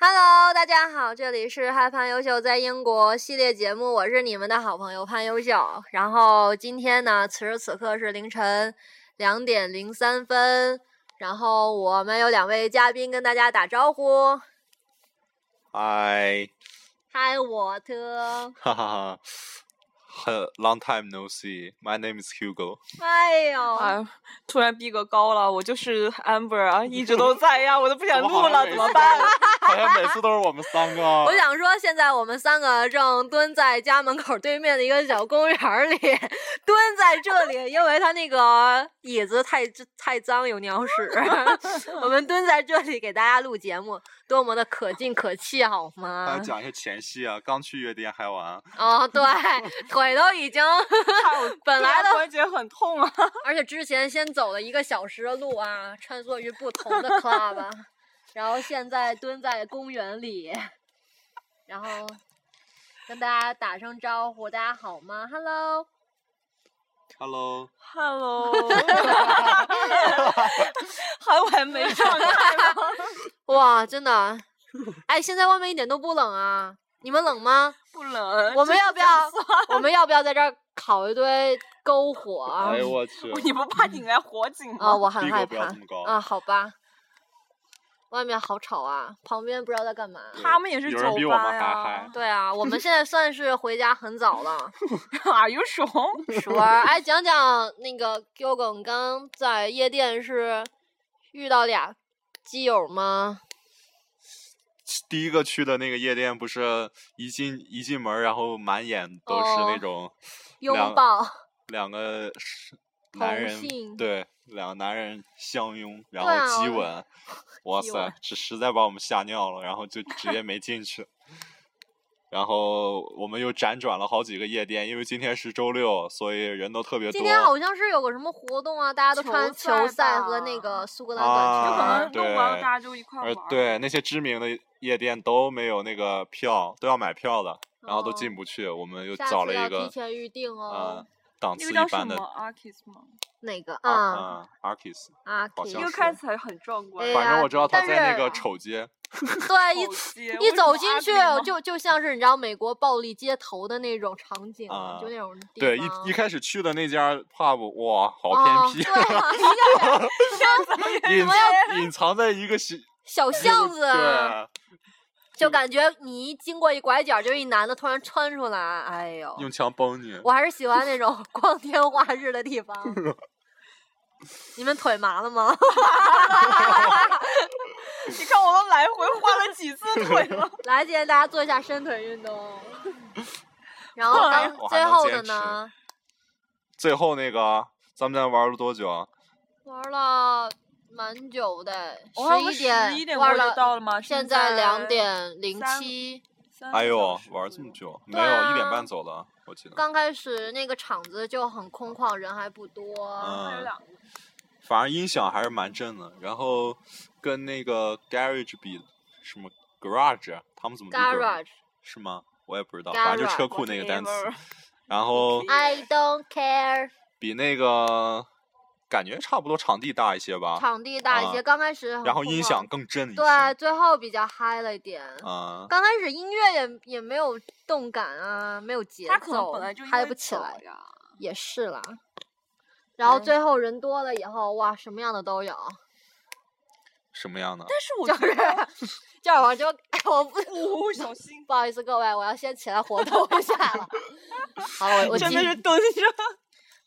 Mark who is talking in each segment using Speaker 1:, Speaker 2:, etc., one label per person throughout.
Speaker 1: Hello，大家好，这里是《嗨潘优秀在英国》系列节目，我是你们的好朋友潘优秀。然后今天呢，此时此刻是凌晨两点零三分，然后我们有两位嘉宾跟大家打招呼。
Speaker 2: Hi，
Speaker 1: Hi，我的，
Speaker 2: 哈哈哈，很 long time no see. My name is Hugo。
Speaker 1: 哎呦，
Speaker 3: 啊！突然逼格高了，我就是 Amber 啊，一直都在呀，我都不想
Speaker 2: 我好
Speaker 3: 录
Speaker 2: 像每
Speaker 3: 了，怎
Speaker 2: 次
Speaker 3: 么
Speaker 2: 都
Speaker 3: 办？？
Speaker 2: 好像哎每次都是我们三个。啊
Speaker 1: 我想说，现在我们三个正蹲在家门口对面的一个小公园儿里，蹲在这里，因为他那个椅子太太脏有鸟屎，我们蹲在这里给大家录节目，多么的可敬可气，好
Speaker 2: 还要
Speaker 1: 吗？
Speaker 2: 讲一下前戏啊，刚去夜店啊嗨完，
Speaker 1: 哦，对，腿都已经 本来
Speaker 3: 对啊
Speaker 1: 都，
Speaker 3: 关节很痛啊。
Speaker 1: 而且之前先走了一个小时的路啊，穿梭于不同的 club，然啊后现在蹲在公园里，然后跟大家打声招呼，大家好吗？Hello，
Speaker 2: Hello，
Speaker 3: Hello，还完美状态吗？
Speaker 1: 哇，真的，哎，现在外面一点都不冷啊，你们冷吗？
Speaker 3: 不冷，
Speaker 1: 我们
Speaker 3: 啊这
Speaker 1: 要不要？我们要不要在这儿烤一堆篝火啊？
Speaker 2: 哎呦我去，
Speaker 3: 你不怕引来火警吗？
Speaker 1: 啊，我
Speaker 2: 逼
Speaker 1: 很
Speaker 2: 格
Speaker 1: 害
Speaker 2: 不要
Speaker 1: 怕
Speaker 2: 这么高。
Speaker 1: 啊，好吧。外面好吵啊，旁边不知道在干嘛。
Speaker 3: 他们也是
Speaker 2: 有
Speaker 3: 酒
Speaker 2: 人比我
Speaker 3: 吧
Speaker 2: 们还嗨
Speaker 3: 呀。
Speaker 1: 对啊，我 们现在算是回家很早了。
Speaker 3: Are you sure？
Speaker 1: 熟儿，哎，讲讲那个 Q 梗刚在夜店是遇到俩基友吗？
Speaker 2: 第一个去的那个夜店，不是一进一进门，然后满眼都是
Speaker 1: 哦
Speaker 2: 那种
Speaker 1: 拥
Speaker 2: 两
Speaker 1: 抱，
Speaker 2: 两个是男
Speaker 1: 同
Speaker 2: 人
Speaker 1: 性
Speaker 2: 对两个男人相拥，然
Speaker 1: 对啊
Speaker 2: 后激
Speaker 1: 我
Speaker 2: 吻， 哇
Speaker 3: 激
Speaker 2: 塞
Speaker 3: 吻，
Speaker 2: 这实在把我们吓尿了，然后就直接没进去。然后我们又辗转了好几个夜店，因为今天是周六，所以人都特别多。
Speaker 1: 今天好像是有个什么活动啊，大家都
Speaker 3: 球
Speaker 1: 穿
Speaker 3: 赛
Speaker 1: 球赛
Speaker 3: 吧
Speaker 1: 和那个苏格兰
Speaker 3: 有
Speaker 2: 啊
Speaker 3: 可
Speaker 1: 短
Speaker 3: 能
Speaker 1: 裙。
Speaker 3: 弄完了，
Speaker 2: 对
Speaker 3: 大家就一块
Speaker 2: 而
Speaker 3: 玩儿。
Speaker 2: 对
Speaker 1: 啊
Speaker 2: 那些知名的夜店都没有那个票，都要买票的，然后都
Speaker 1: 哦
Speaker 2: 进不去。我们又
Speaker 1: 下
Speaker 2: 找
Speaker 1: 次
Speaker 2: 了
Speaker 1: 要
Speaker 2: 一个
Speaker 1: 提前预定
Speaker 2: 呃
Speaker 1: 哦。
Speaker 2: 档
Speaker 3: 那
Speaker 2: 次
Speaker 3: 个
Speaker 2: 一
Speaker 3: 叫什
Speaker 2: 般的
Speaker 3: 么 a r k i s 吗？
Speaker 1: 哪个
Speaker 2: 啊
Speaker 1: 啊
Speaker 2: 啊 Arkis，
Speaker 1: 啊？
Speaker 2: 好
Speaker 1: 可以
Speaker 3: 因
Speaker 2: 像
Speaker 3: 为
Speaker 2: 是
Speaker 3: 看起来很壮观
Speaker 1: 哎，
Speaker 2: 反
Speaker 1: 呀
Speaker 2: 正我知道他
Speaker 1: 但
Speaker 2: 在那
Speaker 1: 是
Speaker 2: 个丑街。
Speaker 1: 对，一
Speaker 3: 口街为
Speaker 1: 一
Speaker 3: 什
Speaker 1: 走
Speaker 3: 么
Speaker 1: 进
Speaker 3: ugly
Speaker 1: 去
Speaker 3: 吗
Speaker 1: 就就像是你知道美国暴力街头的那种场景，
Speaker 2: 啊
Speaker 1: 就那种地
Speaker 2: 对，一
Speaker 1: 方
Speaker 2: 一开始去的那家 pub，哇，
Speaker 1: 啊
Speaker 2: 好偏僻，
Speaker 1: 对 啊，一个人
Speaker 2: 隐隐藏在一个小
Speaker 1: 小巷子，
Speaker 2: 对，
Speaker 1: 就感觉你一经过一拐角，就一男的突然窜出来，哎呦！
Speaker 2: 用枪崩你。
Speaker 1: 我还是喜欢那种 光天化日的地方。你们腿麻了吗？
Speaker 3: 你看我都来回换了几次腿了。
Speaker 1: 来，今天大家做一下伸腿运动。然后
Speaker 3: 后来
Speaker 1: 当
Speaker 2: 我还
Speaker 1: 最
Speaker 2: 能
Speaker 1: 后
Speaker 2: 坚
Speaker 1: 的呢，
Speaker 2: 最后那个，咱们在玩了多久啊？
Speaker 1: 玩了蛮久的，
Speaker 3: 我
Speaker 1: 一点
Speaker 3: 十一点
Speaker 1: 玩
Speaker 3: 就
Speaker 1: 了，
Speaker 3: 到了吗？
Speaker 1: 现在
Speaker 3: 在
Speaker 1: 两，点零七。
Speaker 3: 三个
Speaker 2: 哎呦
Speaker 3: 小，时
Speaker 2: 玩了
Speaker 3: 左
Speaker 2: 这么
Speaker 3: 右。
Speaker 2: 久，没
Speaker 1: 对
Speaker 2: 有
Speaker 1: 啊
Speaker 2: 一点半走的，我记得。
Speaker 1: 刚开始那个场子就很空旷，人还不多。
Speaker 3: 还有
Speaker 2: 嗯
Speaker 3: 两个
Speaker 2: 反正音响还是蛮震的，然后跟那个 garage 比，什么 garage，他们怎么读
Speaker 1: Garage
Speaker 2: 是吗？我也不知道，反正就
Speaker 1: Garage，
Speaker 2: 车库那个单词。
Speaker 3: Whatever
Speaker 2: 然后
Speaker 1: I don't care。
Speaker 2: 比那个感觉差不多，场地大一些吧，
Speaker 1: 场地大一些，
Speaker 2: 啊
Speaker 1: 刚开始很
Speaker 2: 然后
Speaker 1: 空
Speaker 2: 音
Speaker 1: 旷
Speaker 2: 响更震一些。
Speaker 1: 对，最后比较嗨了一点。
Speaker 3: 啊
Speaker 2: 嗯，
Speaker 1: 刚开始音乐也也没有动感啊，没有节
Speaker 3: 他可能
Speaker 1: 奏
Speaker 3: 本来就，应
Speaker 1: 嗨
Speaker 3: 该
Speaker 1: 不起
Speaker 3: 走
Speaker 1: 来，
Speaker 3: 呀。
Speaker 1: 也是啦。然后
Speaker 3: 对
Speaker 1: 最后人多了以后，哇，什么样的都有，
Speaker 2: 什么样的？
Speaker 3: 但是我
Speaker 1: 就
Speaker 3: 觉
Speaker 1: 是
Speaker 3: 得，
Speaker 1: 这会儿 就我不
Speaker 3: 哦，小 心，
Speaker 1: 不好意思各位，我要先起来活动一下了。好，我我
Speaker 3: 真
Speaker 1: 记
Speaker 3: 的是蹲着。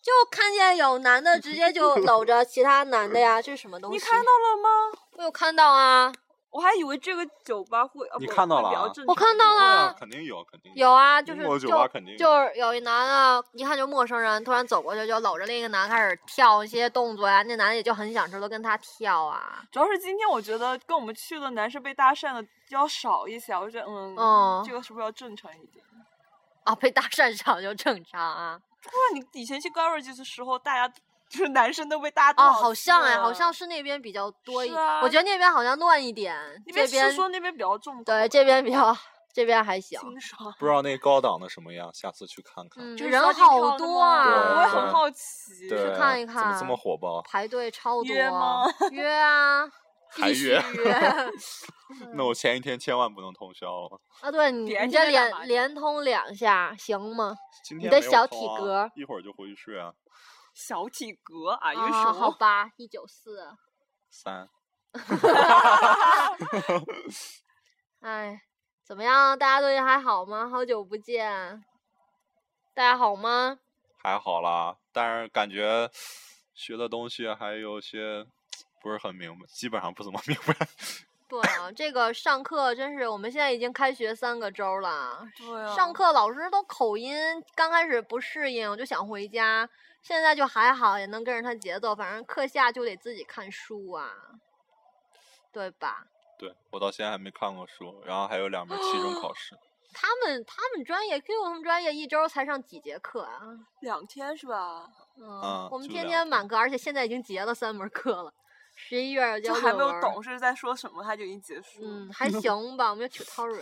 Speaker 1: 就看见有男的直接就搂着其他男的呀，这是什么东西？
Speaker 3: 你看到了吗？
Speaker 1: 我有看到啊，
Speaker 3: 我还以为这个酒吧会，啊
Speaker 2: 你
Speaker 3: 不
Speaker 2: 看到
Speaker 3: 会
Speaker 2: 了
Speaker 3: 比较
Speaker 2: 啊
Speaker 3: 正
Speaker 1: 我
Speaker 3: 常
Speaker 1: 看到
Speaker 3: 的
Speaker 1: 了
Speaker 2: 对
Speaker 1: 啊
Speaker 2: 啊肯定有，肯定有。
Speaker 1: 有啊，就是
Speaker 2: 英国
Speaker 1: 就
Speaker 2: 酒吧肯定有
Speaker 1: 就是有一男的，一看就陌生人，突然走过去就搂着另一个男开始跳一些动作呀、那男的也就很想知道跟他跳啊。
Speaker 3: 主要是今天我觉得跟我们去的男生被搭讪的要少一些，我就觉得嗯，
Speaker 1: 哦
Speaker 3: 这个是不是要正常一点？
Speaker 1: 啊，被搭讪上就正常啊！
Speaker 3: 不然你以前去 garage 的时候，大家 就是男生都被搭多
Speaker 1: 哦，
Speaker 3: 少
Speaker 1: 好
Speaker 3: 次
Speaker 1: 像哎，
Speaker 3: 了嗯
Speaker 1: 好像是那边比较多一，
Speaker 3: 是啊
Speaker 1: 我觉得那边好像乱一点，
Speaker 3: 那
Speaker 1: 这
Speaker 3: 边
Speaker 1: 边
Speaker 3: 是说那边比较重口
Speaker 1: 对
Speaker 3: 味，
Speaker 1: 这边比较，这边还行。
Speaker 3: 清爽。
Speaker 2: 不知道那高档的什么样，下次去看看。
Speaker 1: 嗯，
Speaker 3: 就是
Speaker 1: 人
Speaker 3: 刷机
Speaker 1: 好
Speaker 3: 票的
Speaker 1: 多
Speaker 3: 吗
Speaker 1: 啊！
Speaker 3: 我也很好奇。
Speaker 2: 对，
Speaker 1: 看一
Speaker 2: 怎
Speaker 1: 看
Speaker 2: 么这么火爆？
Speaker 1: 排队超多，
Speaker 3: 约吗
Speaker 1: 约啊！
Speaker 2: 还
Speaker 1: 必
Speaker 2: 约，
Speaker 1: 须
Speaker 2: 那
Speaker 1: 嗯
Speaker 2: 我前一天千万不能通宵了。
Speaker 1: 啊，对你
Speaker 3: 别
Speaker 1: 你
Speaker 3: 天
Speaker 1: 这
Speaker 3: 天打麻
Speaker 1: 连
Speaker 3: 将
Speaker 1: 连通两下行吗？
Speaker 2: 今
Speaker 1: 你
Speaker 2: 天
Speaker 1: 的
Speaker 2: 没有
Speaker 1: 小
Speaker 2: 空
Speaker 1: 体
Speaker 2: 啊
Speaker 1: 格
Speaker 2: 一会儿就回去睡啊。
Speaker 3: 小体格，哎呦，
Speaker 1: 啊，好
Speaker 3: 手
Speaker 1: 吧，一九四，
Speaker 2: 三，
Speaker 1: 哎，怎么样？大家最近还好吗？好久不见，大家好吗？
Speaker 2: 还好啦，但是感觉学的东西还有些不是很明白，基本上不怎么明白。
Speaker 1: 对啊，这个上课真是，我们现在已经开学三个周了，
Speaker 3: 对啊，
Speaker 1: 上课老师都口音刚开始不适应，我就想回家，现在就还好，也能跟着他节奏，反正课下就得自己看书啊，对吧？
Speaker 2: 对我到现在还没看过书，然后还有两门期中考试，
Speaker 1: 他们他们专业 Q 他们专业一周才上几节课啊？
Speaker 3: 两天是吧？
Speaker 1: 嗯，
Speaker 2: 啊
Speaker 1: 我们
Speaker 2: 就
Speaker 1: 天
Speaker 2: 两
Speaker 1: 天满课，而且现在已经结了三门课了，十一月
Speaker 3: 就
Speaker 1: 要
Speaker 3: 还
Speaker 1: 论
Speaker 3: 没有
Speaker 1: 文
Speaker 3: 懂是在说什么，他就已经结束了。
Speaker 1: 嗯，还行吧，我们要 tutorial，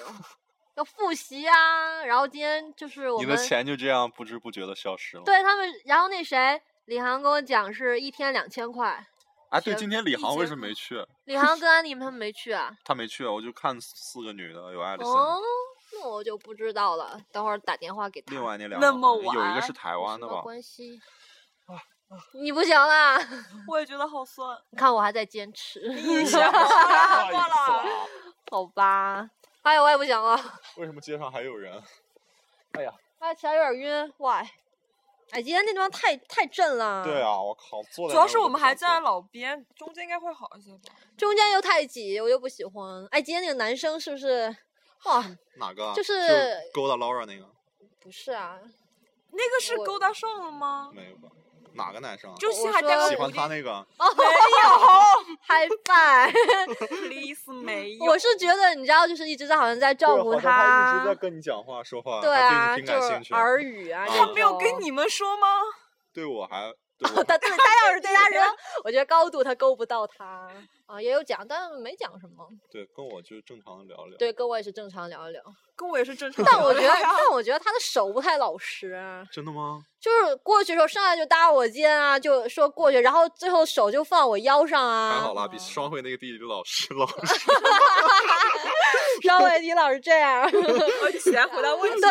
Speaker 1: 要 复习啊。然后今天就是我
Speaker 2: 你的
Speaker 1: 们
Speaker 2: 钱就这样不知不觉的消失了。
Speaker 1: 对他们，然后那谁李航跟我讲是一天两千块，
Speaker 2: 啊，对，
Speaker 1: 学
Speaker 2: 今天李
Speaker 3: 一
Speaker 2: 航为
Speaker 3: 节
Speaker 2: 什么没
Speaker 3: 课
Speaker 2: 去？
Speaker 1: 李航跟安迪他们没去啊。
Speaker 2: 他没去，我就看四个女的，有爱丽森，
Speaker 1: 哦，那我就不知道了，等会儿打电话给他。
Speaker 2: 另外那两
Speaker 3: 那
Speaker 2: 个
Speaker 3: 么
Speaker 2: 好像有一个
Speaker 3: 晚
Speaker 2: 是台
Speaker 1: 有
Speaker 2: 湾
Speaker 1: 什
Speaker 2: 的
Speaker 1: 么
Speaker 2: 吧？啊
Speaker 1: 关系。你不行啦！
Speaker 3: 我也觉得 好酸。
Speaker 1: 你 看我还在坚持，
Speaker 3: 一
Speaker 2: 不好意
Speaker 3: 想过
Speaker 2: 思
Speaker 3: 了，
Speaker 2: 啊
Speaker 1: 好吧。 哎呀，我也不行了，
Speaker 2: 为什么街上还有人？
Speaker 1: 哎，起来有点晕，哇！哎，今天那地方太太震了，
Speaker 2: 对，啊，我靠，坐在
Speaker 3: 主要
Speaker 2: 那儿
Speaker 3: 是
Speaker 2: 我
Speaker 3: 我
Speaker 2: 都
Speaker 3: 们
Speaker 2: 不
Speaker 3: 还
Speaker 2: 想
Speaker 3: 站在
Speaker 2: 坐
Speaker 3: 老边，中间应该会好一些吧？
Speaker 1: 中间又太挤，我又不喜欢。哎，今天那个男生是不是？哇，
Speaker 2: 哪个啊？
Speaker 1: 就是
Speaker 2: 勾搭 Laura 那个
Speaker 1: 不是 啊，
Speaker 3: 那个是
Speaker 1: 我
Speaker 3: 勾搭上了吗？
Speaker 2: 没有吧？哪个男生啊？
Speaker 3: 就
Speaker 1: 我
Speaker 3: 是还带
Speaker 1: 说
Speaker 3: 个
Speaker 2: 喜
Speaker 3: 蝴
Speaker 2: 欢他
Speaker 3: 蝶
Speaker 2: 那个，
Speaker 1: ，Oh 嗨拜。
Speaker 3: ，please 没有。
Speaker 1: 我是觉得你知道，就是一直在好像在照
Speaker 2: 对，啊
Speaker 1: 顾
Speaker 2: 好像他一直在跟你讲话说话，
Speaker 1: 对
Speaker 2: 他
Speaker 1: 啊，
Speaker 2: 对你挺感兴
Speaker 1: 就
Speaker 2: 趣
Speaker 1: 是
Speaker 2: 的，
Speaker 1: 耳语啊，
Speaker 2: 啊
Speaker 1: 这
Speaker 3: 他没有跟
Speaker 1: 种。
Speaker 3: 你们说吗？
Speaker 2: 对我还对我
Speaker 1: 他对他要是对 他人，我觉得高度他够不到他啊，也有讲，但没讲什么。
Speaker 2: 对跟我就正常的聊聊。
Speaker 1: 对，跟我也是正常 聊一聊，
Speaker 3: 跟我也是正常聊
Speaker 1: 但
Speaker 3: 聊。
Speaker 1: 我觉得，但我觉得他的手不太老实啊、
Speaker 2: 真的吗？
Speaker 1: 就是过去的时候上来就搭我肩啊，就说过去，然后最后手就放我腰上啊。
Speaker 2: 还好啦，比双汇那个地理老师老师
Speaker 1: 张伟迪老师这样
Speaker 3: 我起来回答问题。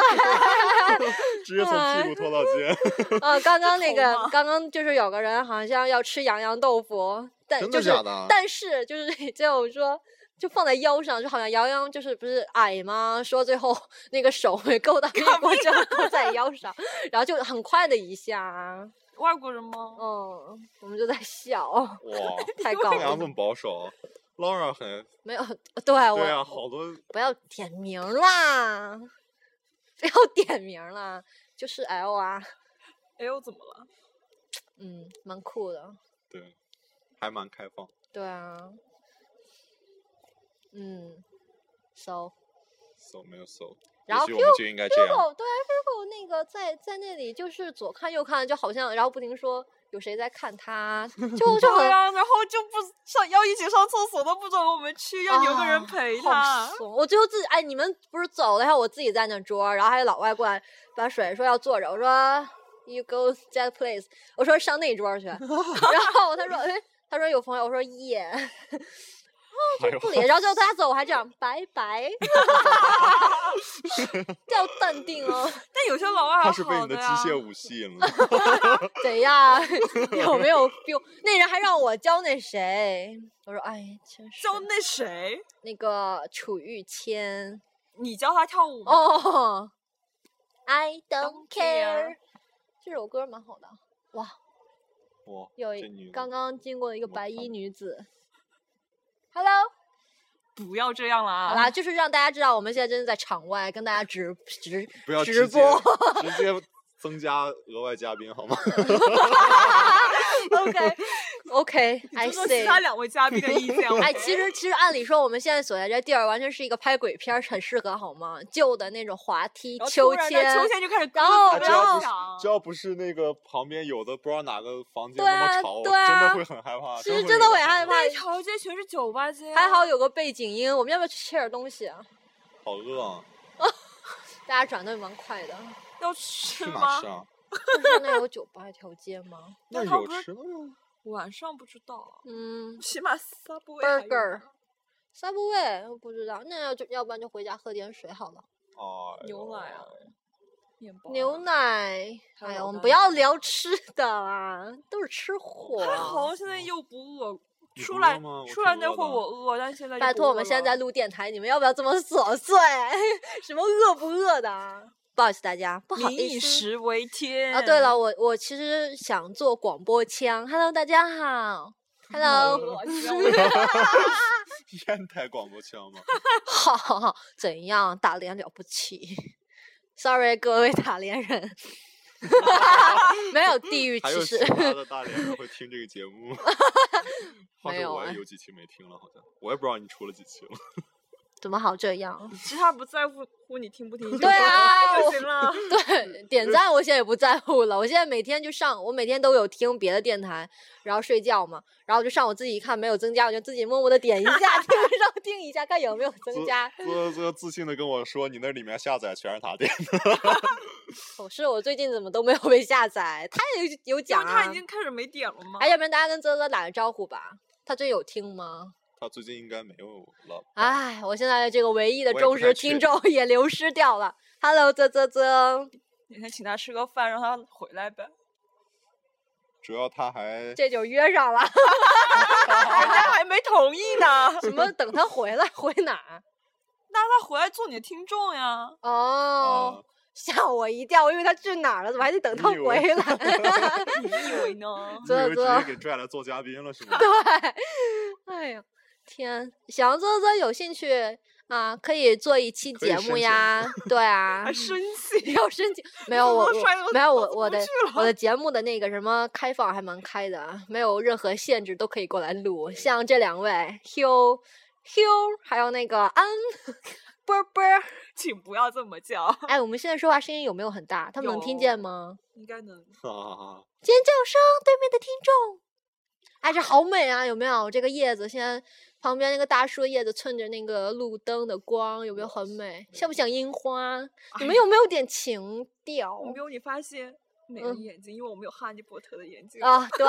Speaker 2: 直接从屁股拖到肩，
Speaker 1: 啊，刚刚那
Speaker 3: 头
Speaker 1: 个
Speaker 3: 吗
Speaker 1: 刚刚就是有个人好像要吃羊羊豆腐，但
Speaker 2: 真
Speaker 1: 就
Speaker 2: 的
Speaker 1: 是
Speaker 2: 假的啊
Speaker 1: 但是就是 结果我说。就放在腰上，就好像杨洋就是不是矮吗？说最后那个手会勾到屁股，就勾在腰上，然后就很快的一下，啊
Speaker 3: 外国人吗？
Speaker 1: 嗯，我们就在笑，
Speaker 2: 哇，
Speaker 1: 太
Speaker 2: 他
Speaker 1: 搞
Speaker 2: 们俩这
Speaker 1: 了，
Speaker 2: 么保守，Laura 啊很
Speaker 1: 没有，对我
Speaker 2: 对啊，好多
Speaker 1: 不要点名儿啦，不要点名儿啦，就是 L 啊，
Speaker 3: 哎呦，怎么了？
Speaker 1: 嗯，蛮酷的，
Speaker 2: 对，还蛮开放。
Speaker 1: 对啊，嗯，so，
Speaker 2: 搜没有搜，
Speaker 1: 然
Speaker 2: 也
Speaker 1: 后
Speaker 2: 许我们就应该这样。
Speaker 1: Virgo 对啊，Virgo 那个在在那里就是左看右看，就好像然后不停说有谁在看他，就就
Speaker 3: 对啊
Speaker 1: 很。
Speaker 3: 呀，然后就不上要一起上厕所都不准我们去，要留个人陪
Speaker 1: 啊
Speaker 3: 他
Speaker 1: 好。怂我最后自己哎，你们不是走了，然后我自己在那桌，然后还有老外过来把水说要坐着，我说 you go that place，我说上那桌去， 然后他说哎，他说有朋友，我说耶，
Speaker 2: 还有
Speaker 1: 不理，然后最后他走我还这样拜拜，要淡定哦，
Speaker 3: 但有些老外
Speaker 2: 他
Speaker 3: 还
Speaker 2: 是被
Speaker 3: 好
Speaker 2: 你的机
Speaker 3: 呀。
Speaker 2: 械舞吸引了。
Speaker 1: 怎样？ 有没有 feel？那人还让我教那谁，我说哎，真是
Speaker 3: 教那谁，
Speaker 1: 那个楚玉谦。
Speaker 3: 你教他跳舞吗？
Speaker 1: 哦、i don't
Speaker 3: Don't care
Speaker 1: care，这首歌蛮好的。哇，
Speaker 2: 哇，
Speaker 1: 有
Speaker 2: 这女
Speaker 1: 一
Speaker 2: 的
Speaker 1: 刚刚经过一个
Speaker 2: 怎么
Speaker 1: 白
Speaker 2: 看
Speaker 1: 衣女 子。Hello，
Speaker 3: 不要这样了啊！
Speaker 1: 好啦，就是让大家知道我们现在真的在场外跟大家直 直
Speaker 2: 不要
Speaker 1: 直
Speaker 2: 直接
Speaker 1: 播。嗯
Speaker 2: 直接增加额外嘉宾好吗？
Speaker 1: OK OK，I
Speaker 3: 尊重其他
Speaker 1: see。
Speaker 3: 两位嘉宾的意 见。
Speaker 1: 哎，其实其实按理说我们现在所在这地儿完全是一个拍鬼片儿很适合好吗？旧的那种滑梯、
Speaker 3: 然后
Speaker 1: 秋
Speaker 3: 突然
Speaker 1: 千
Speaker 3: 间，秋千就开始
Speaker 1: 然后
Speaker 3: 各自
Speaker 1: 然
Speaker 3: 各
Speaker 1: 后
Speaker 3: 自想
Speaker 2: 只要不是那个旁边有的不知道哪个房间
Speaker 1: 对
Speaker 2: 那么
Speaker 1: 啊
Speaker 2: 吵，我
Speaker 1: 对啊
Speaker 2: 真的会很害怕。
Speaker 1: 其实
Speaker 2: 会
Speaker 1: 真的
Speaker 2: 有
Speaker 1: 会
Speaker 2: 点
Speaker 1: 害怕
Speaker 3: 那条街全是酒吧街啊，
Speaker 1: 还好有个背景音，我们要不要去吃点东西啊？
Speaker 2: 好饿啊！
Speaker 1: 大家转的蛮快的。
Speaker 3: 要吃
Speaker 2: 去哪
Speaker 3: 吗
Speaker 2: 吃？啊？
Speaker 1: 不是那有酒吧一条街吗？
Speaker 2: 那
Speaker 3: 那他
Speaker 2: 有
Speaker 3: 不是
Speaker 2: 吃的吗？
Speaker 3: 晚上不知道，
Speaker 1: 嗯
Speaker 3: 起码 Subway 还有
Speaker 1: ，burger。Subway 我不知道，那要就要不然就回家喝点水好了。
Speaker 2: 哦，
Speaker 3: 牛奶啊，面包啊，
Speaker 1: 牛奶，
Speaker 3: 还有
Speaker 1: 哎呀，
Speaker 3: 老
Speaker 1: 我们
Speaker 3: 干
Speaker 1: 不要聊吃的啦，都是吃货。
Speaker 3: 还好，现
Speaker 1: 嗯
Speaker 3: 在又不饿。
Speaker 2: 你
Speaker 3: 出
Speaker 2: 不
Speaker 3: 来
Speaker 2: 饿吗我
Speaker 3: 出
Speaker 2: 挺
Speaker 3: 来那
Speaker 2: 饿
Speaker 3: 会儿
Speaker 2: 的
Speaker 3: 我饿，但现在就
Speaker 1: 拜
Speaker 3: 不
Speaker 1: 托，我
Speaker 3: 饿
Speaker 1: 们现在
Speaker 3: 了
Speaker 1: 在录电台，你们要不要这么琐碎？ 什么饿不饿的啊？不好意思，大家不好
Speaker 3: 民以
Speaker 1: 意思。
Speaker 3: 食为天
Speaker 1: 啊，对，了，我我其实想做广播腔。Hello，大家好。Hello，
Speaker 3: 恶心啊
Speaker 2: 烟台广播 腔吗？
Speaker 1: 好好好， 怎样？打脸了不起？Sorry，各位打脸人， 没有地域
Speaker 2: 还有
Speaker 1: 歧
Speaker 2: 其
Speaker 1: 视。
Speaker 2: 他的大连人会听这个 节目吗？话
Speaker 1: 没有
Speaker 2: 说我
Speaker 1: 哎
Speaker 2: 也有几期没听了，好像我也不知道你出了几 期了。
Speaker 1: 怎么好这样？
Speaker 3: 其他不在乎乎你听不听，
Speaker 1: 对啊
Speaker 3: 就行了。
Speaker 1: 对，点赞我现在也不在乎了。我现在每天就上，我每天都有听别的电台，然后睡觉嘛，然后就上我自己一看没有增加，我就自己默默的点一下，听上听一下，看有没有增加。
Speaker 2: 自自自自信的跟我说，你那里面下载全是他点的。
Speaker 1: 可是我最近怎么都没有被下载，他也有有
Speaker 3: 因
Speaker 1: 奖
Speaker 3: 为他
Speaker 1: 啊
Speaker 3: 已。经开始没点了吗？
Speaker 1: 哎，要不然大家跟泽泽打个招呼吧。他最近有听吗？
Speaker 2: 他最近应该没有了。
Speaker 1: 哎，我现在这个唯一的
Speaker 2: 我也
Speaker 1: 忠
Speaker 2: 不
Speaker 1: 实
Speaker 2: 太确
Speaker 1: 听众也流失掉了。Hello，泽泽泽，
Speaker 3: 哪天请他吃个饭，让他回来 呗。
Speaker 2: 主要他还
Speaker 1: 这就约上了。
Speaker 3: 人家还没同意呢，
Speaker 1: 什 么？等他回来，回哪儿？
Speaker 3: 那他回来做你的听 众呀。
Speaker 1: 哦、
Speaker 2: 啊
Speaker 1: 吓我一跳，我以为他去哪儿了，怎么还得等他
Speaker 2: 你以为
Speaker 1: 回 来？
Speaker 3: 你以为 呢？
Speaker 2: 你以
Speaker 1: 啧
Speaker 2: 为直
Speaker 1: 啧
Speaker 2: 接给拽来做嘉宾了是吗？
Speaker 1: 哎呀，天！小杨泽泽有兴趣啊，可以做一期
Speaker 2: 可以
Speaker 1: 节
Speaker 2: 申
Speaker 1: 目
Speaker 2: 请
Speaker 1: 呀。对啊
Speaker 3: 还，生气？
Speaker 1: 要申请没有我
Speaker 3: 都摔
Speaker 1: 我
Speaker 3: 到
Speaker 1: 没有
Speaker 3: 脑
Speaker 1: 我
Speaker 3: 子
Speaker 1: 我
Speaker 3: 不
Speaker 1: 的
Speaker 3: 去
Speaker 1: 我的节目的那个什么开放还蛮开的啊，没有任何限制，都可以过来录。像这两位 Hugh Hugh 还有那个安波波儿，
Speaker 3: 请不要这么叫，
Speaker 1: 哎，我们现在说话声音有没有很大？他们能听
Speaker 3: 有
Speaker 1: 见吗？
Speaker 3: 应该能。
Speaker 2: 啊，
Speaker 1: 尖叫声，对面的听众。哎，这好美啊！有没有这个叶子？现在旁边那个大树的叶子衬着那个路灯的光，有没有很美？像不像樱花？你
Speaker 3: 哎
Speaker 1: 们有没有点情调
Speaker 3: 我没有你发现每个
Speaker 1: 嗯
Speaker 3: 眼睛，因为我们有哈利波特的眼睛。
Speaker 1: 啊？对。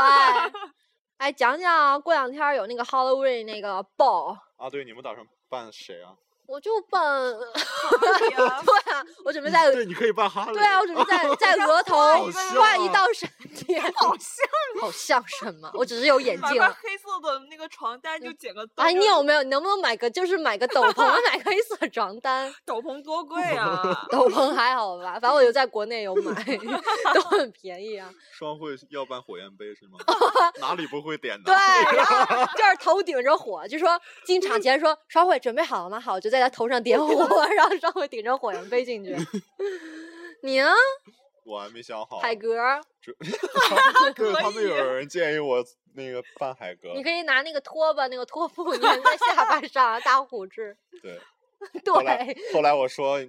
Speaker 1: 哎，讲讲过两天儿有那个 Halloween 那个爆，
Speaker 2: 啊，对，你们打算办谁啊？
Speaker 1: 我就办，
Speaker 3: 哈利 啊
Speaker 1: 对啊， 我准备在，
Speaker 2: 对，你可以办哈利。
Speaker 1: 对啊，我准 备在在额头
Speaker 2: 画一个
Speaker 1: 画
Speaker 2: 人
Speaker 1: 一
Speaker 2: 啊
Speaker 1: 道闪 电，
Speaker 3: 好像
Speaker 1: 好像什么？我只是有眼
Speaker 3: 买
Speaker 1: 镜
Speaker 3: 块
Speaker 1: 了。
Speaker 3: 黑色的那个床单，就剪个灯。
Speaker 1: 哎，你有没有？你能不能买个就是买个斗篷，买个黑色床 单？
Speaker 3: 斗篷 多贵啊！
Speaker 1: 斗篷还好吧，反正我有在国内有买， 都很便宜啊。
Speaker 2: 双汇要办火焰杯 是吗？哪里不会点
Speaker 1: 对啊
Speaker 2: 的？，
Speaker 1: 然后就是头顶着火，就说进场前说双慧准备好了吗？好，我就在他头上点火，然后双慧顶着火焰飞进去。 你呢，
Speaker 2: 我还没想好。
Speaker 1: 海格？
Speaker 2: 对，
Speaker 3: 可
Speaker 2: 他们有
Speaker 3: 以
Speaker 2: 人建议我那个办海格。
Speaker 1: 啊你可以拿那个拖把，那个拖布 粘在下巴上，大虎痣。
Speaker 2: 对，后来
Speaker 1: 对，
Speaker 2: 后来我说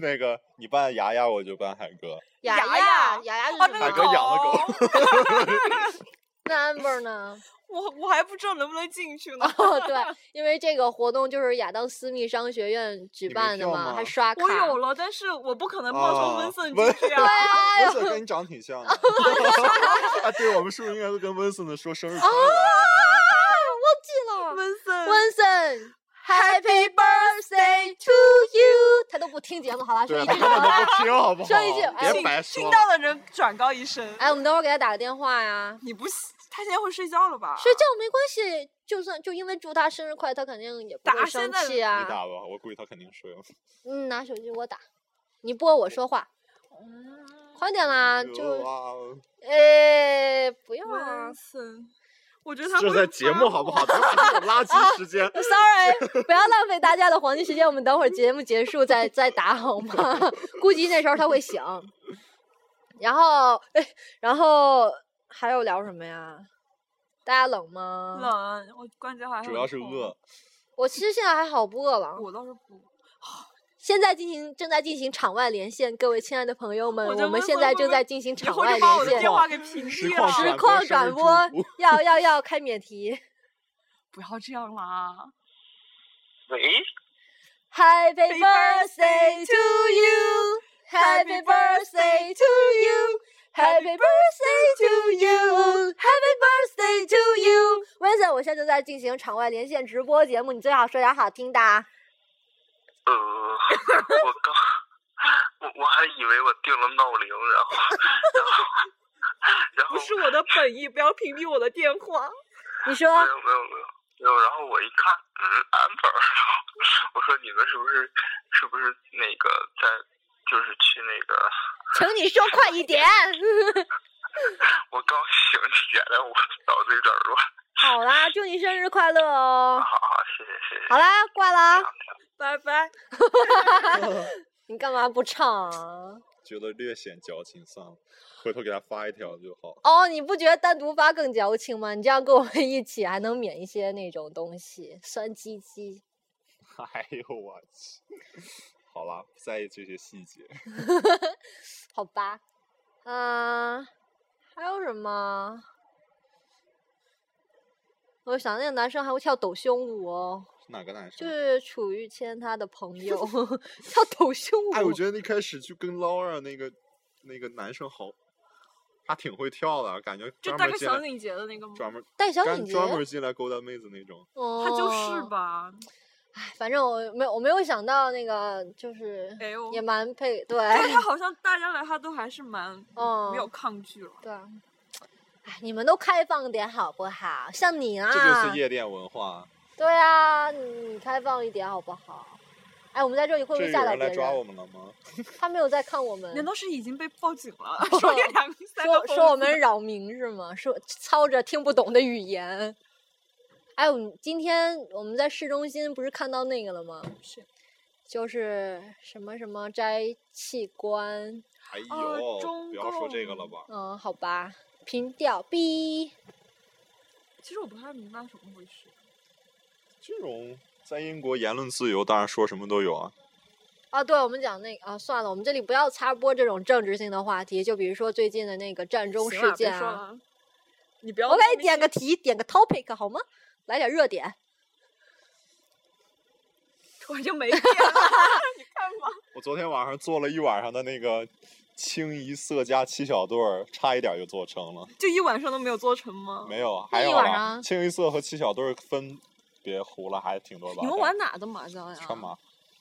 Speaker 2: 那个你办牙牙，我就办海格。
Speaker 1: 牙
Speaker 3: 牙
Speaker 1: 牙
Speaker 3: 呀
Speaker 1: 牙牙是
Speaker 3: 啊，
Speaker 1: 什
Speaker 3: 那
Speaker 2: 海
Speaker 3: 个
Speaker 2: 哥
Speaker 1: 么？
Speaker 2: 养了狗
Speaker 3: 狗，
Speaker 1: 那 amber 呢？
Speaker 3: 我我还不知道能不能进去呢。
Speaker 1: 哦，对，因为这个活动就是亚当斯密商学院举
Speaker 2: 你没
Speaker 1: 办的
Speaker 2: 票
Speaker 1: 嘛，还
Speaker 2: 吗
Speaker 1: 刷卡。
Speaker 3: 我有了，但是我不可能冒充温
Speaker 2: 啊
Speaker 3: 森
Speaker 2: 温
Speaker 3: 进去啊！
Speaker 1: 哎
Speaker 2: 温森跟你长 挺像的。 啊，对，我们是不是应该跟温森的说
Speaker 1: 哦
Speaker 2: 生日快乐？
Speaker 1: 忘记了。
Speaker 3: 温森，
Speaker 1: 温森，Happy birthday to you，他都不听节目，好吧，说
Speaker 2: 对，啊
Speaker 1: 一
Speaker 2: 他
Speaker 1: 句
Speaker 2: 根
Speaker 1: 好
Speaker 2: 本都
Speaker 1: 了。
Speaker 2: 不听，好不好？
Speaker 1: 说一句哎
Speaker 2: 别白
Speaker 3: 听
Speaker 2: 说
Speaker 3: 到
Speaker 2: 了。
Speaker 3: 的人转告一声。
Speaker 1: 哎，我们等会儿给他打个电话呀。
Speaker 3: 你不信，他现在会睡觉了吧？
Speaker 1: 睡觉没关系，就算就因为祝他生日快乐，他肯定也不
Speaker 3: 打
Speaker 1: 会
Speaker 3: 现
Speaker 1: 生
Speaker 3: 在
Speaker 1: 气
Speaker 2: 你
Speaker 1: 啊。
Speaker 2: 打吧，我估计他肯定睡了。
Speaker 1: 嗯，拿手机我打，你播我说话，
Speaker 3: 嗯
Speaker 1: 快点啦，
Speaker 2: 有
Speaker 1: 就
Speaker 2: 啊
Speaker 1: 哎，不用啊
Speaker 3: 温森，我觉得他
Speaker 2: 这
Speaker 3: 会
Speaker 2: 在节目
Speaker 3: 发
Speaker 2: 好不
Speaker 3: 火
Speaker 2: 好？咱把这种垃圾时间
Speaker 1: ，sorry，不要浪费大家的黄金时间，我们等会儿节目结束再再打好吗？ 估计那时候他会醒。然后，哎，然后还有聊什么呀？大家冷吗？。
Speaker 3: 冷，我关节还
Speaker 2: 主要是饿。
Speaker 1: 我其实现在还好，不饿了。
Speaker 3: 我倒是不，
Speaker 1: 现在进行正在进行场外连线，各位亲爱的朋友们，
Speaker 3: 我觉
Speaker 1: 我
Speaker 3: 得
Speaker 1: 们
Speaker 3: 温
Speaker 1: 现
Speaker 3: 森
Speaker 1: 在
Speaker 3: 会不
Speaker 1: 正
Speaker 3: 会
Speaker 1: 在进行
Speaker 3: 以
Speaker 1: 场
Speaker 3: 后
Speaker 1: 外
Speaker 3: 就把
Speaker 1: 连
Speaker 3: 我的
Speaker 1: 线。
Speaker 3: 电话给屏
Speaker 2: 实
Speaker 3: 蔽
Speaker 2: 况
Speaker 3: 了。
Speaker 2: 转
Speaker 1: 嗯实况
Speaker 2: 播
Speaker 1: 转
Speaker 2: 生日
Speaker 1: 播
Speaker 2: 祝福，
Speaker 1: 要要要开免 提。
Speaker 3: 不要这样啦！
Speaker 4: 喂，
Speaker 1: Happy birthday to you. Happy birthday to you. Happy birthday to you, Happy birthday to you。温森，我现在正在进行场外连线直播节目，你最好说点好听的啊。
Speaker 4: 呃，我刚，我我还以为我定了闹铃，然后，然后，然后
Speaker 3: 不是我的本意，不要屏蔽我的电话。
Speaker 1: 你说
Speaker 4: 没有没有没有没有，然后我一看，嗯，amber，我说你们是不是是不是那个在就是去那个？
Speaker 1: 请你说快一点。嗯
Speaker 4: 我刚醒 起来，我脑子有点乱。
Speaker 1: 好啦，祝你生日快乐哦。
Speaker 4: 好好，谢谢谢谢。
Speaker 1: 好啦，挂啦。
Speaker 3: 拜拜。
Speaker 1: 你干嘛不唱啊？
Speaker 2: 觉得略显矫情，算了，回头给他发一条就好。
Speaker 1: 哦，你不觉得单独发更矫情吗？你这样跟我们一起，还能免一些那种东西，酸唧唧。
Speaker 2: 哎呦我去！好啦，不在意这些细节。
Speaker 1: 好吧，嗯、还有什么？我想那个男生还会跳抖胸舞哦，
Speaker 2: 是哪个男生？
Speaker 1: 就是楚玉谦他的朋友 跳抖胸舞。
Speaker 2: 哎，我觉得一开始就跟 Laura 那个那个男生好，他挺会跳的，啊感觉
Speaker 3: 就
Speaker 2: 专
Speaker 3: 戴
Speaker 2: 门
Speaker 3: 个
Speaker 2: 进
Speaker 3: 小
Speaker 2: 来
Speaker 3: 领结的那个吗？
Speaker 2: 专门
Speaker 1: 戴小
Speaker 2: 专
Speaker 1: 领结，
Speaker 2: 专门进来勾搭妹子那种。
Speaker 1: 哦
Speaker 3: 他就是。吧。
Speaker 1: 哎，反正我没有我没有想到那个就是
Speaker 3: 哎呦
Speaker 1: 也蛮配 对，
Speaker 3: 但他好像大家来，他都还是蛮
Speaker 1: 嗯，
Speaker 3: 没有抗拒了。
Speaker 1: 对啊。哎，你们都开放点好不好？像你啊，
Speaker 2: 这就是夜店文化。
Speaker 1: 对啊，你你开放一点好不好？哎，我们在这里会不
Speaker 2: 这
Speaker 1: 会
Speaker 2: 有
Speaker 1: 吓到
Speaker 2: 人
Speaker 1: 别
Speaker 2: 来
Speaker 1: 人？
Speaker 2: 抓我们了吗？
Speaker 1: 他没有在看我们，
Speaker 3: 难道是已经被报警了？ 说这两个三个
Speaker 1: 嗯说说我
Speaker 3: 疯子
Speaker 1: 们扰民是吗？说操着听不懂的语言。哎，我们今天我们在市中心不是看到那个了吗？
Speaker 3: 是
Speaker 1: 就是什么什么摘器官，
Speaker 2: 哎呦，
Speaker 3: 哦中
Speaker 2: 不要说这个了
Speaker 3: 共
Speaker 2: 吧。
Speaker 1: 嗯，好吧，平调 B。
Speaker 3: 其实我不太明白怎么回事。
Speaker 2: 这种在英国言论自由，当然说什么都有啊。
Speaker 1: 啊，对，我们讲那个啊，算了，我们这里不要插播这种政治性的话题，就比如说最近的那个战争
Speaker 3: 行
Speaker 1: 事
Speaker 3: 了别
Speaker 1: 件
Speaker 3: 说
Speaker 1: 啊，
Speaker 3: 了，你不要
Speaker 1: 我给
Speaker 3: 那
Speaker 1: 你
Speaker 3: 么
Speaker 1: 点个题，点个 topic 好吗？来点热点。
Speaker 3: 我就没电了， 你看吧。
Speaker 2: 我昨天晚上做了一晚上的那个清一色加七小对儿，差一点就做成了。
Speaker 3: 就一晚上都没有做成吗？
Speaker 2: 没有，
Speaker 1: 那
Speaker 2: 还
Speaker 1: 一
Speaker 2: 有
Speaker 1: 晚
Speaker 2: 啦，
Speaker 1: 上
Speaker 2: 清一色和七小对儿分别胡了还挺多吧。
Speaker 3: 你们玩哪的麻将呀？
Speaker 2: 川麻？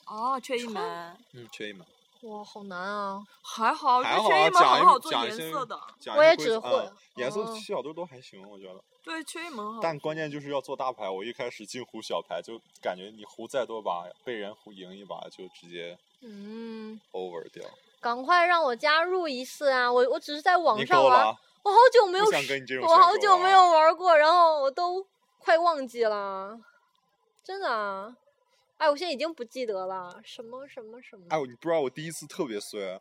Speaker 3: 哦，缺一门。
Speaker 2: 嗯，缺一门。
Speaker 1: 哇，好难啊！
Speaker 3: 还好，
Speaker 2: 还
Speaker 3: 哦这
Speaker 2: 好
Speaker 3: 缺
Speaker 2: 啊
Speaker 3: 一门
Speaker 2: 讲一
Speaker 3: 很好做
Speaker 2: 讲一
Speaker 3: 颜
Speaker 2: 些
Speaker 3: 色的。
Speaker 2: 讲
Speaker 1: 我
Speaker 2: 一
Speaker 1: 也
Speaker 2: 规
Speaker 1: 只
Speaker 2: 则
Speaker 1: 会
Speaker 2: 嗯颜色
Speaker 1: 哦
Speaker 2: 七小对儿都还行，我觉得。
Speaker 3: 对，缺一门好。
Speaker 2: 但关键就是要做大牌，我一开始净胡小牌，就感觉你胡再多把，被人胡赢一把就直接
Speaker 1: 嗯，
Speaker 2: over 掉。
Speaker 1: 赶快让我加入一次啊！我我只是在网
Speaker 2: 你
Speaker 1: 上
Speaker 2: 够
Speaker 1: 玩，
Speaker 2: 了，啊
Speaker 1: 我好久没有
Speaker 2: 不想
Speaker 1: 试
Speaker 2: 跟你这种
Speaker 1: 我
Speaker 2: 选
Speaker 1: 好
Speaker 2: 手
Speaker 1: 久没
Speaker 2: 玩
Speaker 1: 有玩过，然后我都快忘记了，真的啊！哎，我现在已经不记得了，什么什么什么。
Speaker 2: 哎，我你不知道我第一次特别衰，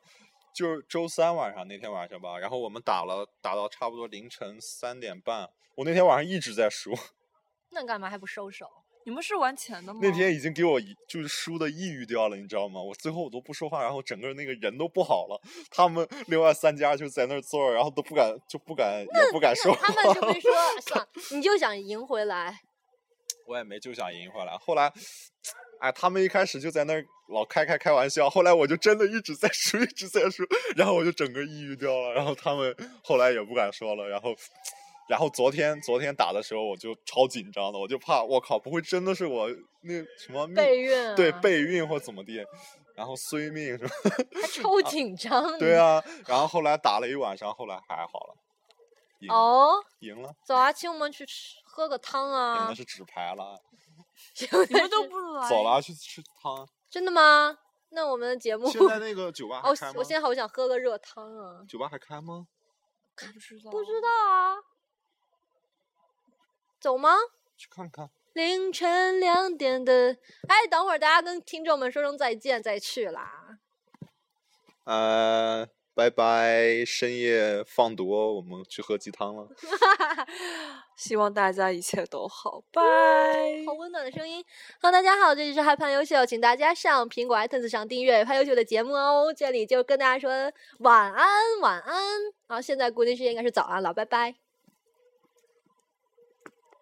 Speaker 2: 就是周三晚上那天晚上吧，然后我们打了打到差不多凌晨三点半，我那天晚上一直在
Speaker 1: 哦
Speaker 2: 输，
Speaker 1: 那干嘛还不收手？
Speaker 3: 你们是玩钱的 吗？
Speaker 2: 那天已经给我一就是输的抑郁掉了，你知道吗？我最后我都不说话，然后整个那个人都不好了。他们另外三家就在那儿坐着，然后都不敢就不敢也不敢说
Speaker 1: 那
Speaker 2: 话
Speaker 1: 他。们就会说算了，你就想赢回 来。
Speaker 2: 我也没就想赢回来。后来，哎，他们一开始就在那儿老开开开玩笑，后来我就真的一直在输，一直在输，然后我就整个抑郁掉了。然后他们后来也不敢说了。然后，然后昨天昨天打的时候我就超紧张的，我就怕我靠，不会真的是我那什么命
Speaker 1: 备孕、啊，
Speaker 2: 嗯对备孕或怎么地，然后虽命什么
Speaker 1: 还超紧张的。
Speaker 2: 啊对啊。然后后来打了一晚上，后来还好了，赢了
Speaker 1: 哦，
Speaker 2: 赢了，
Speaker 1: 走啊，请我们去吃喝个汤
Speaker 2: 赢
Speaker 1: 啊
Speaker 2: 的！是纸牌了，
Speaker 3: 你们都不来。
Speaker 2: 走了
Speaker 1: 哎
Speaker 2: 啊去吃 汤。
Speaker 1: 真的吗？那我们的节目，
Speaker 2: 现在那个酒吧还
Speaker 1: 哦
Speaker 2: 开吗，
Speaker 1: 我现在好想喝个热汤啊！
Speaker 2: 酒吧还开吗？
Speaker 3: 我不知道。
Speaker 1: 不知道啊，走吗？
Speaker 2: 去看看。
Speaker 1: 凌晨两点的，哎，等会儿大家跟听众们说声再见，再去啦。
Speaker 2: 呃，拜拜，深夜放毒哦，我们去喝鸡汤了。
Speaker 3: 希望大家一切都好，拜。
Speaker 1: 好温暖的声音哈喽，大家好，这里是嗨潘优秀，请大家上苹果 iTunes 上订阅潘优秀的节目哦。啊这里就跟大家说晚安，晚安。好，现在固定时间应该是早安了，拜拜。